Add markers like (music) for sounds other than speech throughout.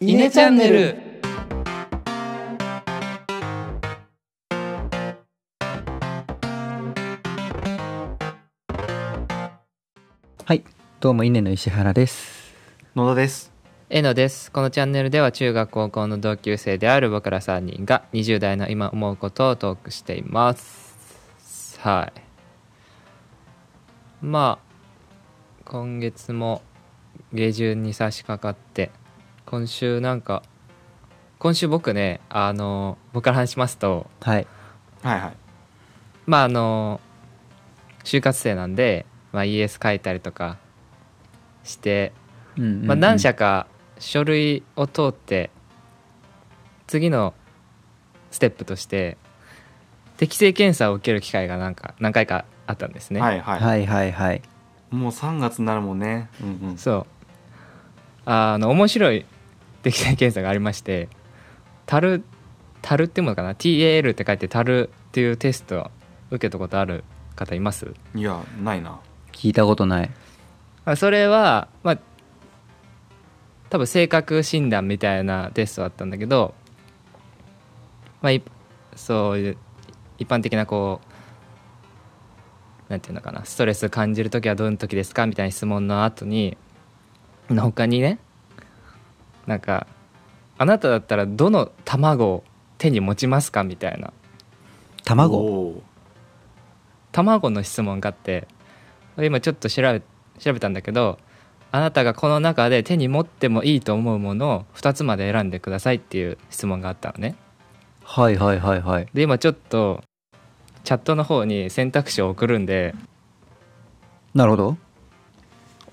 イネチャンネルはい、どうも稲の石原です。野田ですえのですこのチャンネルでは中学高校の同級生である僕ら3人が20代の今思うことをトークしていますはいまあ今月も下旬に差し掛かって今週なんか今週僕ねあの僕から話しますとはい、はいはいまああの就活生なんで、まあ、ES 書いたりとかしてうんうんうんまあ、何社か書類を通って次のステップとして適性検査を受ける機会がなんか何回かあったんですね。はいはい、はいはいはい。もう3月になるもんねうんうんそうあの面白い (laughs) 適性検査がありましてタルタルってものかな TAL って書いてタルっていうテストを受けたことある方いますいやないな聞いたことない。まあそれはまあ多分性格診断みたいなテストだったんだけど、まあ、いそういう一般的なこうなんていうのかなストレス感じる時はどういう時ですかみたいな質問の後にの他にねなんか「あなただったらどの卵を手に持ちますか?」みたいな卵。おー卵の質問があって今ちょっと調べ調べたんだけどあなたがこの中で手に持ってもいいと思うものを2つまで選んでくださいっていう質問があったのねはいはいはいはい。で今ちょっとチャットの方に選択肢を送るんでなるほど。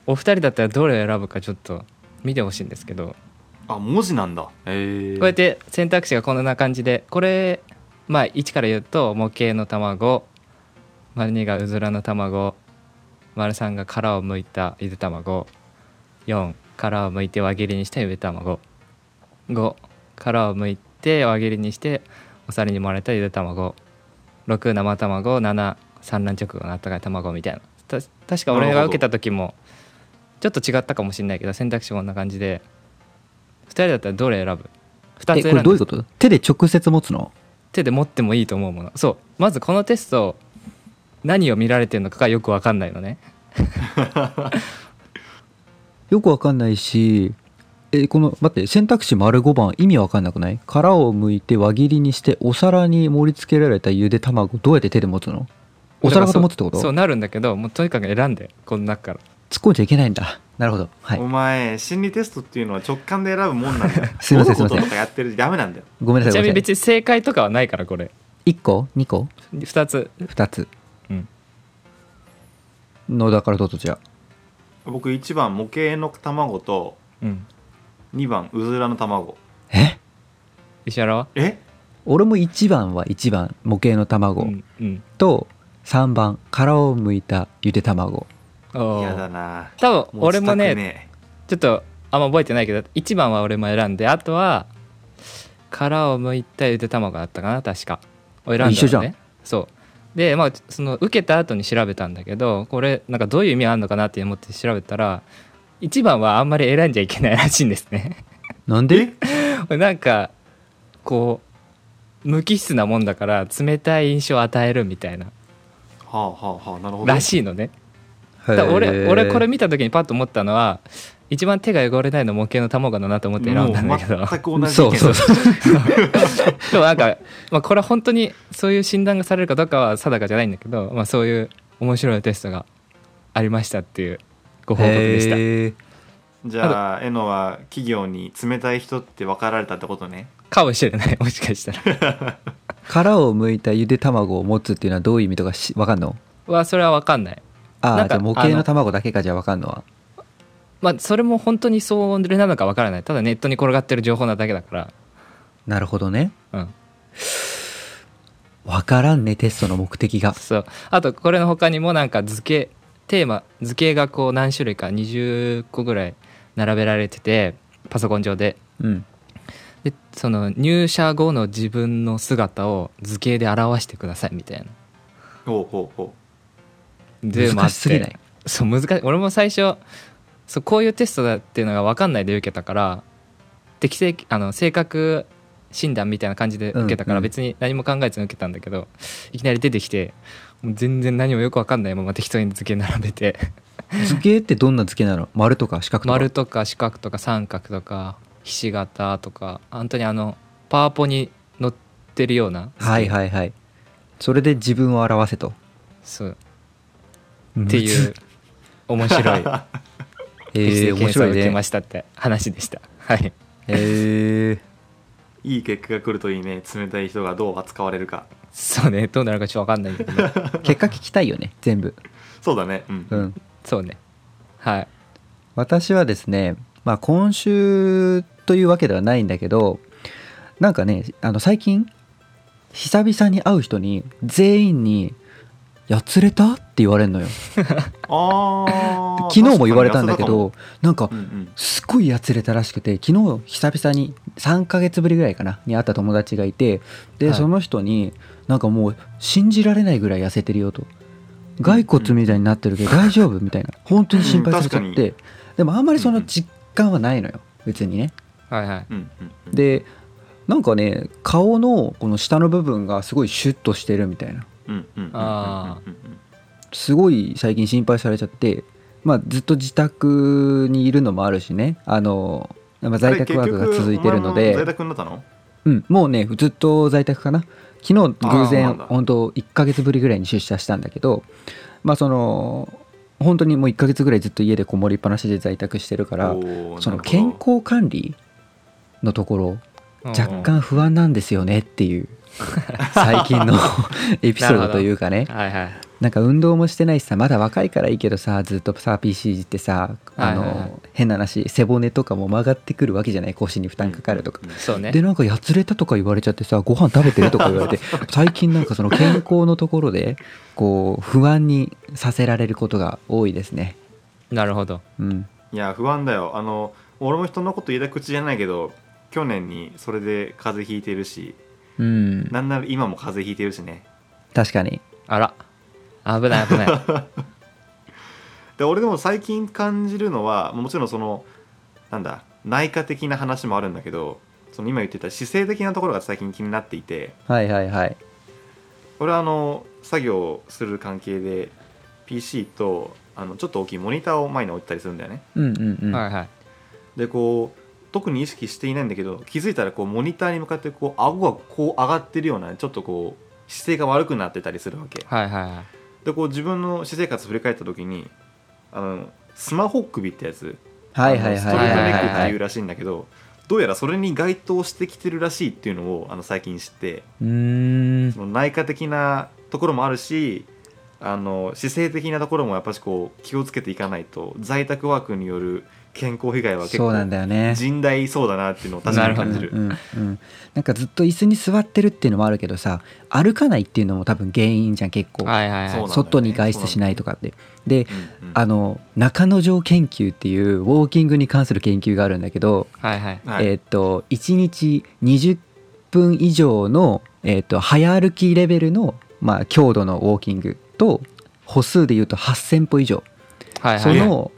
お二人だったらどれを選ぶかちょっと見てほしいんですけどあ文字なんだええこうやって選択肢がこんな感じでこれまあ1から言うと模型の卵丸2がうずらの卵丸3が殻をむいたゆで卵4殻をむいて輪切りにしたゆで卵5殻をむいて輪切りにしてお皿に盛られたゆで卵6生卵7産卵直後のあったかい卵みたいなた確か俺が受けた時もちょっと違ったかもしれないけど選択肢こんな感じで2人だったらどれ選ぶ2え、つ選こんれでどういうこと？手で直接持つの？手で持ってもいいと思うものそうまずこのテスト何を見られてるのかがよくわかんないのねよくわかんないし。えこの待って選択肢丸5番意味わかんなくない殻を剥いて輪切りにしてお皿に盛り付けられたゆで卵どうやって手で持つのお皿ごと持つってこそうそうとなるんだけどもうとにかく選んでこの (laughs) 中から突っ込んじゃいけないんだなるほどはいお前心理テストっていうのは直感で選ぶもんなんだよ (laughs) すいませんすいませんどのこととかやってるダメなんだよごめんなちさないごみにめんな別さに正解とかはないからこれい1個2個2つ2つうんのだからどうぞじゃあ僕1番模型の卵とうん2番うずらの卵え石原はえ俺も1番は1番模型の卵、うんうんと3番殻を剥いたゆで卵お嫌だーな多分俺も持ねちたくねちょっとあんま覚えてないけど1番は俺も選んであとは殻を剥いたゆで卵だったかな確かを選んだの、ね、一緒じゃんそうでまあその受けた後に調べたんだけどこれなんかどういう意味あるのかなって思って調べたら1番はあんまり選んじゃいけないらしいんですね (laughs) なんでなんかこう無機質なもんだから冷たい印象を与えるみたいなはあはあはあなるほどらしいのねへだからー俺俺これ見た時にパッと思ったのは一番手が汚れないの模型の卵だなと思って選んだんだけどもう全く同じ意見そうそうそうで (laughs) もなんか、まあ、これは本当にそういう診断がされるかどうかは定かじゃないんだけど、まあ、そういう面白いテストがありましたっていうご報告でした、へーじゃあえのは企業に冷たい人って分かられたってことねかもしれない (laughs) もしかしたら殻を剥いたゆで卵を持つっていうのはどういう意味とかしわかんのはそれは分かんないあなんあじかゃあ模型の卵だけかじゃあわかんのはまあそれも本当にそうなのか分からないただネットに転がってる情報なだけだかなるほどねらうんわからんねテストの目的がそうあとこれの他にもなんか図形テーマ図形がこう何種類か20個ぐらい並べられててパソコン上でうんでその入社後の自分の姿を図形で表してくださいみたいなほうほうほ (laughs) で難しすぎな (laughs) まあいあってそう難しい俺も最初そうこういうテストだっていうのが分かんないで受けたから適正あの性格診断みたいな感じで受けたかうんうらん別に何も考えずに受けたんだけど、いきなり出てきてもう全然何もよく分かんないま (laughs) ま適当に図形並べ (laughs) て図形ってどんな図形なの丸とか四角とか丸とか四角とか三角とかひし形とか本当にあのパワポに載ってるようなはいはいはいそれで自分を表せとそうっっていう面 (laughs) 白い適正えー、面検査を白い受けねましたって話でした。はいえー、いい結果が来るといいね冷たい人がどう扱われるかそうねどうなるかちょっと分かんないんだけど結果聞きたいよね全部そうだねうん、うんそうねはい私はですね、まあ、今週というわけではないんだけどなんかねあの最近久々に会う人に全員に「やつれた?」って言われるのよああ昨日も言われたんだけどなんかうんうんすっごいやつれたらしくて昨日久々に3ヶ月ぶりぐらいかなに会った友達がいてで、はいその人になんかもう信じられないぐらい痩せてるよと骸骨みたいになってるけど大丈夫みた (laughs) いな本当に心配されちゃうっん確てでもあんまりその実感はないのよ別にねはいはいうんうんうんでなんかね顔のこの下の部分がすごいシュッとしてるみたいなうんうんうんうんあうんうんすごい最近心配されちゃって、まあ、ずっと自宅にいるのもあるしねあの、まあ、在宅ワークが続いてるのあれ結局お前も在で、宅になったのうん、もうねずっと在宅かな昨日偶あーな然んだ本当1ヶ月ぶりぐらいに出社したんだけどまあその本当にもう1ヶ月ぐらいずっと家でこもりっぱなしで在宅してるからおーそのなるほど健康管理のところうん若干不安なんですよねっていう最近の (laughs) エピソードというかねはいはいなんか運動もしてないしさまだ若いからいいけどさずっとさ PC ってさあの、はいはいはい変な話背骨とかも曲がってくるわけじゃない腰に負担かかるとか。うんうんそうねでなんかやつれたとか言われちゃってさご飯食べてるとか言われて (laughs) 最近なんかその健康のところでこう不安にさせられることが多いですね。なるほどうん、いや不安だよあの俺も人のこと言えた口じゃないけど去年にそれで風邪ひいてるしうん、なんなら今も風邪ひいてるしね確かに。あら危ない (laughs) 危ないで俺でも最近感じるのはもちろんそのなんだ内科的な話もあるんだけどその今言ってた姿勢的なところが最近気になっていてはいはいはい。俺はあの作業する関係で PC とあのちょっと大きいモニターを前に置いてたりするんだよねうんうんうん。はいはいでこう特に意識していないんだけど気づいたらこうモニターに向かってこう顎がこう上がってるようなちょっとこう姿勢が悪くなってたりするわけはいはいはいでこう自分の私生活振り返った時にあのスマホ首ってやつはいはいはいはあのストリートいネはックいっていうはい。らしいんだけど、どうやらそれに該当してきてるらしいっていうのをあの最近知ってうーんその内科的なところもあるしあの姿勢的なところもやっぱしこう気をつけていかないと在宅ワークによる健康被害は結そうなん構だよね。甚大そうだなっていうのを確かに感じるうんうんうんなんかずっと椅子に座ってるっていうのもあるけどさ歩かないっていうのも多分原因じゃん結構、はいはいはいそうなんだよね外に外出しないとかってでうんうんあの中野城研究っていうウォーキングに関する研究があるんだけど、はいはいはいえーっと1日20分以上の、えーっと早歩きレベルの、まあ、強度のウォーキングと歩数でいうと8,000歩以上はいそはいはいの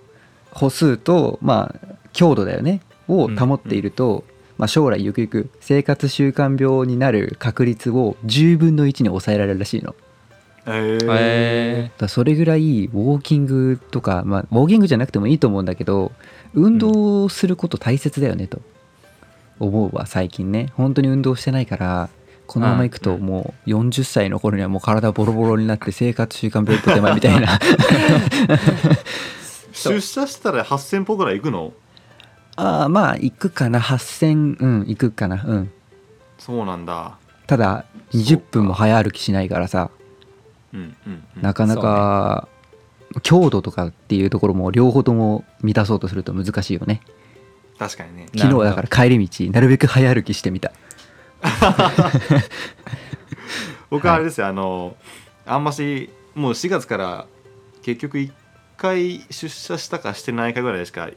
歩数と、まあ、強度だよねを保っていると、まあ、将来ゆくゆく生活習慣病になる確率を10分の1に抑えられるらしいのだかえーへらそれぐらいウォーキングとか、まあ、ウォーキングじゃなくてもいいと思うんだけど運動すること大切だよねと思うわ最近ね本当に運動してないからこのままいくともう40歳の頃にはもう体ボロボロになって生活習慣病一歩手前みたい (laughs) な出社したら8000歩ぐらい行くのああまあ行くかな8,000うん行くかなうんそうなんだただそう20分も早歩きしないからさうんうんうんなかなか強度とかっていうところも両方とも満たそうとすると難しいよね確かにねなる昨ほ日どだから帰り道なるべく早歩きしてみた僕はあれですよ、あのあんましもう4月から結局1回出社したかしてないかぐらいしか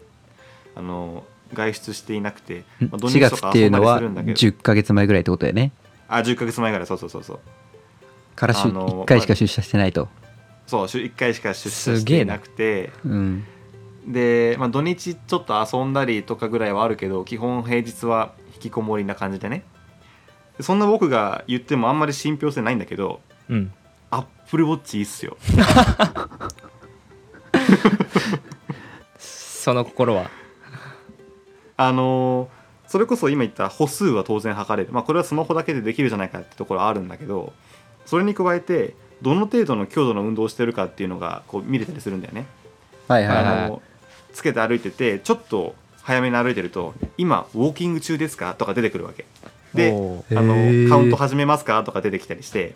あの外出していなくて、まあ土4日と月かっていうのは遊んだりするんだけど10ヶ月前ぐらいってことだよねあ10ヶ月前ぐらいそうそうそうそうからあの1回しか出社してないとそう1回しか出社していなくてうんで、まあ、土日ちょっと遊んだりとかぐらいはあるけど基本平日は引きこもりな感じでねそんな僕が言ってもあんまり信憑性ないんだけどうんアップルウォッチいいっすよその心はあのーそれこそ今言った歩数は当然測れる、まあ、これはスマホだけでできるじゃないかってところはあるんだけどそれに加えてどの程度の強度の運動をしてるかっていうのがこう見れたりするんだよね。はいはいはい、はあのつけて歩いててちょっと早めに歩いてると「今ウォーキング中ですか?」とか出てくるわけ。でおあへのー「カウント始めますか?」とか出てきたりして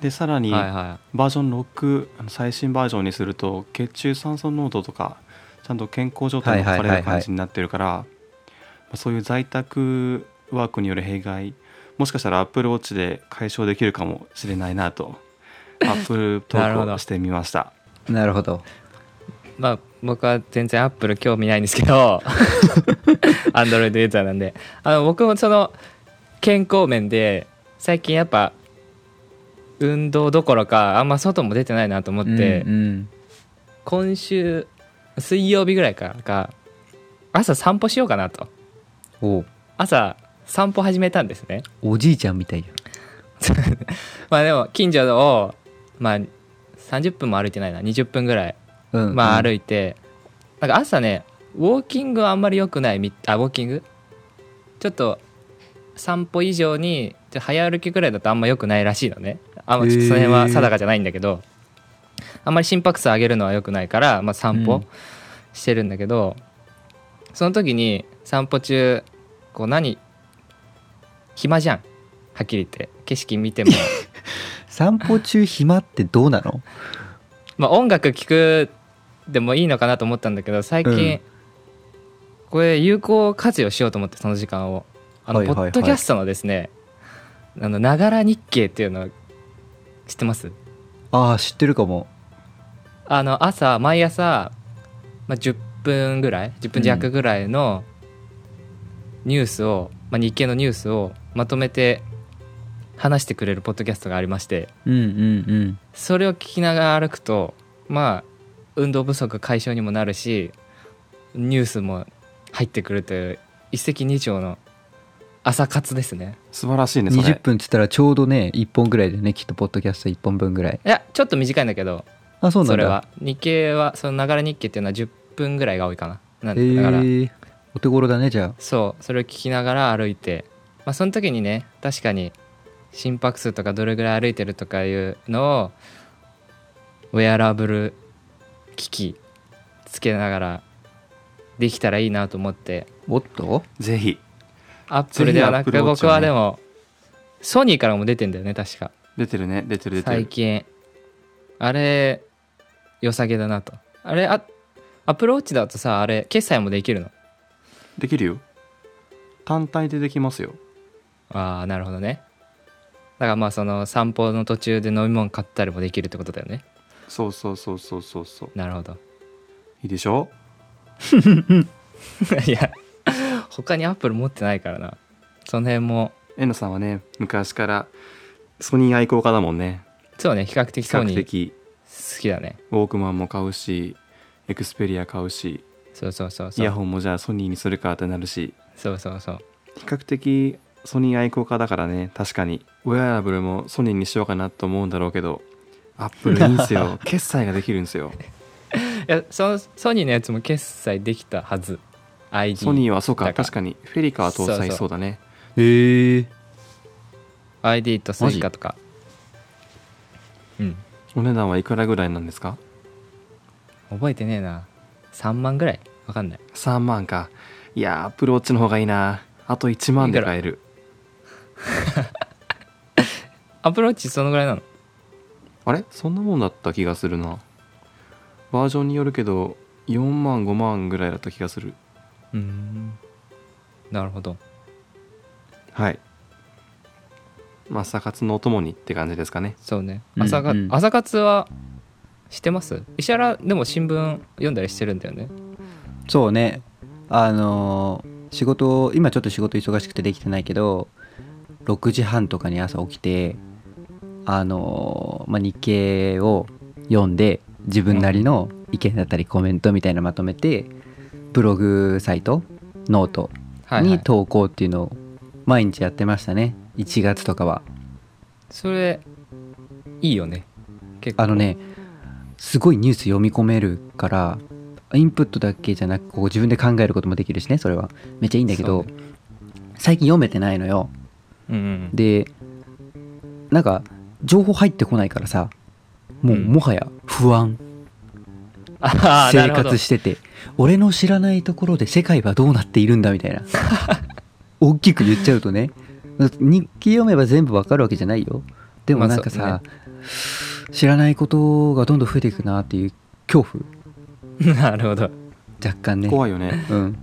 でさーらにはいはバージョン6あの最新バージョンにすると血中酸素濃度とかちゃんと健康状態が測れる感じになってるから、まあそういう在宅ワークによる弊害もしかしたら AppleWatch で解消できるかもしれないなと Apple トなるーほクどをしてみましたなるほどいまあ僕は全然アップル興味ないんですけ (laughs) どアンドロイドユーザーなんであの僕もその健康面で最近やっぱ運動どころかあんま外も出てないなと思って、うんうん今週水曜日ぐらいからか朝散歩しようかなとお朝散歩始めたんですねおじいちゃんみたいやまあでも近所をまあ30分も歩いてないな20分ぐらいうんまあうん歩いて、なんか朝ねウォーキングはあんまり良くないみあウォーキングちょっと散歩以上にちょ早歩きぐらいだとあんま良くないらしいのねあんまちょっとその辺は定かじゃないんだけど、あんまり心拍数上げるのは良くないから、まあ、散う歩んしてるんだけど、その時に散歩中こう何暇じゃんはっきり言って景色見ても散歩中暇ってどうなのまあ音楽聴くでもいいのかなと思ったんだけど最近、うんこれ有効活用しようと思ってその時間をあの、はいはいはいポッドキャストのですねあのながら日経っていうの知ってますああ知ってるかもあの朝毎朝、まあ、10分ぐらい10分弱ぐらいのニュースを、まあ、日経のニュースをまとめて話してくれるポッドキャストがありましてうんうんうんそれを聞きながら歩くとまあ運動不足解消にもなるしニュースも入ってくるという一石二鳥の朝活ですね素晴らしいねそ20れ分っつったらちょうどね1本ぐらいでねきっとポッドキャスト1本分ぐらいいやちょっと短いんだけどあそそうなんだれは日経はその流れ日経っていうのは10分ぐらいが多いかななんへえだからお手頃だねじゃそうそれを聞きながら歩いてまあその時にね確かに心拍数とかどれぐらい歩いてるとかいうのをウェアラブル機器つけながらできたらいいなと思ってあおっとぜひアップルではなくぜひ Apple Watch をね僕はでもソニーからも出てんだよね確か出てるね出てる出て最る近あれ良さげだなとあれあアップルウォッチだとさあれ決済もできるのできるよ単体でできますよああなるほどねだからまあその散歩の途中で飲み物買ったりもできるってことだよねそうそうそうそうそうそうなるほどいいでしょ (laughs) いや他にアップル持ってないからなその辺もえのさんはね昔からソニー愛好家だもんねそうね比較的比そう較に好的きだねウォークマンも買うしエクスペリア買うしそうそうそうイそヤうホンもじゃあソニーにするかってなるしそうそうそう比較的ソニー愛好家だからね確かにウェアラブルもソニーにしようかなと思うんだろうけどアップルいいん (laughs) すよ決済ができるんですよいやそのソニーのやつも決済できたはず ID ソニーはそうかだから確かにフェリカは搭載そうだねへえ ID とスイカとかうんお値段はいくらぐらいなんですか覚えてねえな3万ぐらいわかんない3万かいやーアップルウォッチの方がいいなあと1万で買えるアップルウォッチそのぐらいなのあれそんなもんだった気がするなバージョンによるけど4万5万ぐらいだった気がするうんなるほどはいまあ朝活のお供にって感じですかねそうねうん朝が、うん朝活はしてます石原でも新聞読んだりしてるんだよねそうねあのー仕事今ちょっと仕事忙しくてできてないけど6時半とかに朝起きてあのーまあ、日経を読んで自分なりの意見だったりコメントみたいなのまとめてブログサイトノートはい、はにい、投稿っていうのを毎日やってましたね1月とかはそれいいよね結構あのねすごいニュース読み込めるからインプットだけじゃなくこう自分で考えることもできるしねそれはめっちゃいいんだけど、そ最近読めてないのようんうんでなんか情報入ってこないからさもううんもはや不安、ああな生るほど活してて俺の知らないところで世界はどうなっているんだみたいな (laughs) 大きく言っちゃうとね日記読めば全部わかるわけじゃないよでもなんかさ、まあ知らないことがどんどん増えていくなっていう恐 (laughs) 怖なるほど若干ね怖いよねうん、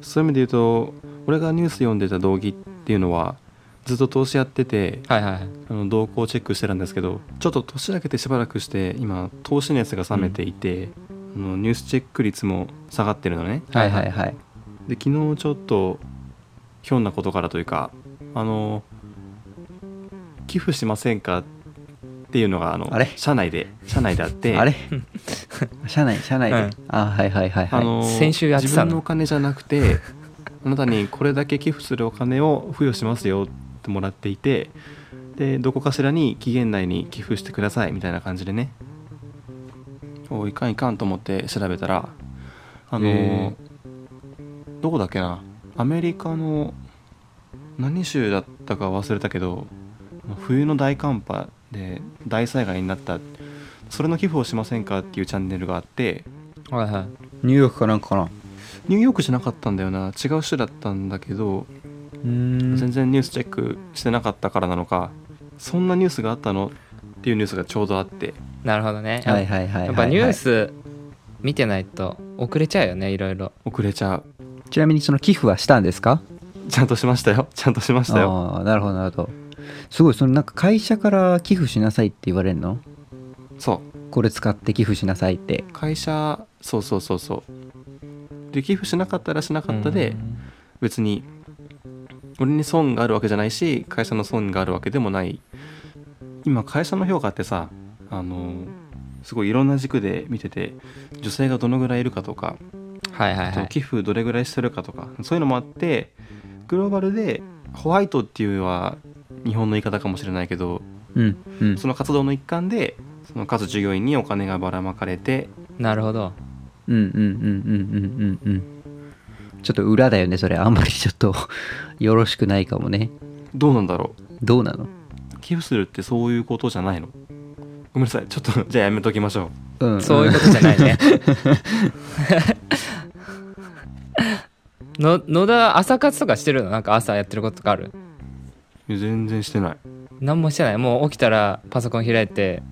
そういう意味で言うと俺がニュース読んでた動機っていうのはずっと投資やっててはいはいはいあの動向をチェックしてたんですけどちょっと年明けてしばらくして今投資熱が冷めていて、あのニュースチェック率も下がってるのねはいはいはいで昨日ちょっとひょんなことからというかあの寄付しませんかっていうのがあのあれ社内で社内であって (laughs) あれ社内社内で、うんあはいはいはいあはいの先週やって自たの分のお金じゃなく (laughs) てあなたにこれだけ寄付するお金を付与しますよってもらっていてでどこかしらに期限内に寄付してくださいみたいな感じでねおいかんいかんと思って調べたらあの、へどこだっけなアメリカの何州だったか忘れたけど冬の大寒波で大災害になったそれの寄付をしませんかっていうチャンネルがあってはいはいニューヨークかなんかかなニューヨークじゃなかったんだよな違う州だったんだけど、全然ニュースチェックしてなかったからなのかそんなニュースがあったのっていうニュースがちょうどあってなるほどねはいはいはいはいはいやっぱニュース見てないと遅れちゃうよねいろいろ遅れちゃうちなみにその寄付はしたんですかちゃんとしましたよ (laughs) ちゃんとしましたよああなるほどなるほどすごいそのなんか会社から寄付しなさいって言われるのそこれ使って寄付しなさいってう会社そうそうそうそうで寄付しなかったらしなかったで、別に俺に損があるわけじゃないし会社の損があるわけでもない今会社の評価ってさあのすごいいろんな軸で見てて女性がどのぐらいいるかとかはいはいはい寄付どれぐらいしてるかとかそういうのもあってグローバルでホワイトっていうのは日本の言い方かもしれないけどうんうんその活動の一環でその各従業員にお金がばらまかれてなるほどうんうんうんうんうんうんうんちょっと裏だよねそれあんまりちょっと (laughs) よろしくないかもねどうなんだろどうなのう寄付するってそういうことじゃないのごめんなさいちょっと (laughs) じゃあやめときましょううんそういうこことじゃないね (laughs) の野田朝活とかしてるのなんか朝やってることとかあるいや全然してない何もしてないもう起きたらパソコン開いて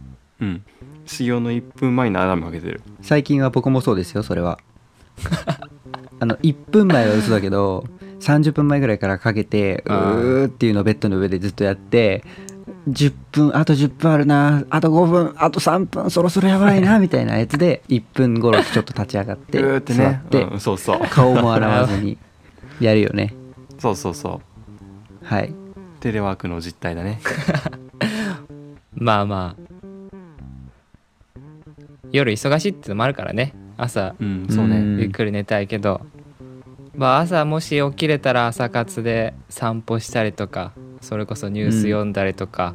うん修行の1分前にアラームかけてると最近は僕もそうですよそれは (laughs) あの1分前は嘘だけど30分前ぐらいからかけてうあーーっていうのをベッドの上でずっとやって10分あと10分あるなあと5分あと3分そろそろやばいな (laughs) みたいなやつで1分ごろちょっと立ち上がってうーってね座って、うん、そうそう顔も洗わずにやるよねそうそうそはい、うテレワークの実態だねまあまあ夜忙しいってのもあるからね朝うんそうねうんゆっくり寝たいけど、まあ朝もし起きれたら朝活で散歩したりとかそれこそニュース読んだりとか、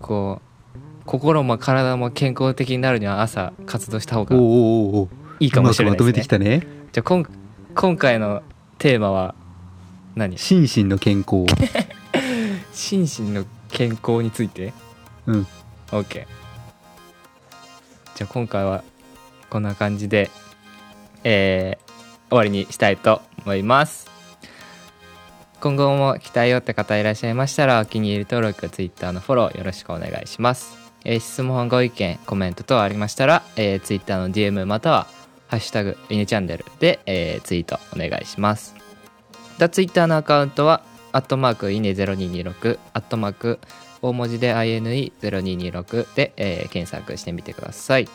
こう心も体も健康的になるには朝活動した方がおおいいかもしれないですね。たねじゃあこん今回のテーマは何心身の健 (laughs) 康心身の健康についてうん OK じゃあ今回はこんな感じでえー終わりにしたいと思います今後も期待よって方いらっしゃいましたらお気に入り登録 Twitter のフォローよろしくお願いします、えー質問ご意見コメント等ありましたら、えー、Twitter の DM または「ハッシュタグイネチャンネルで」えーツイートお願いしますまた Twitter のアカウントはアットマークイネ0226アットマーク大文字で INE0226 で、えー検索してみてください。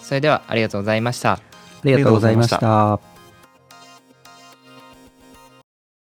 それではありがとうございました。ありがとうございましありがとうございました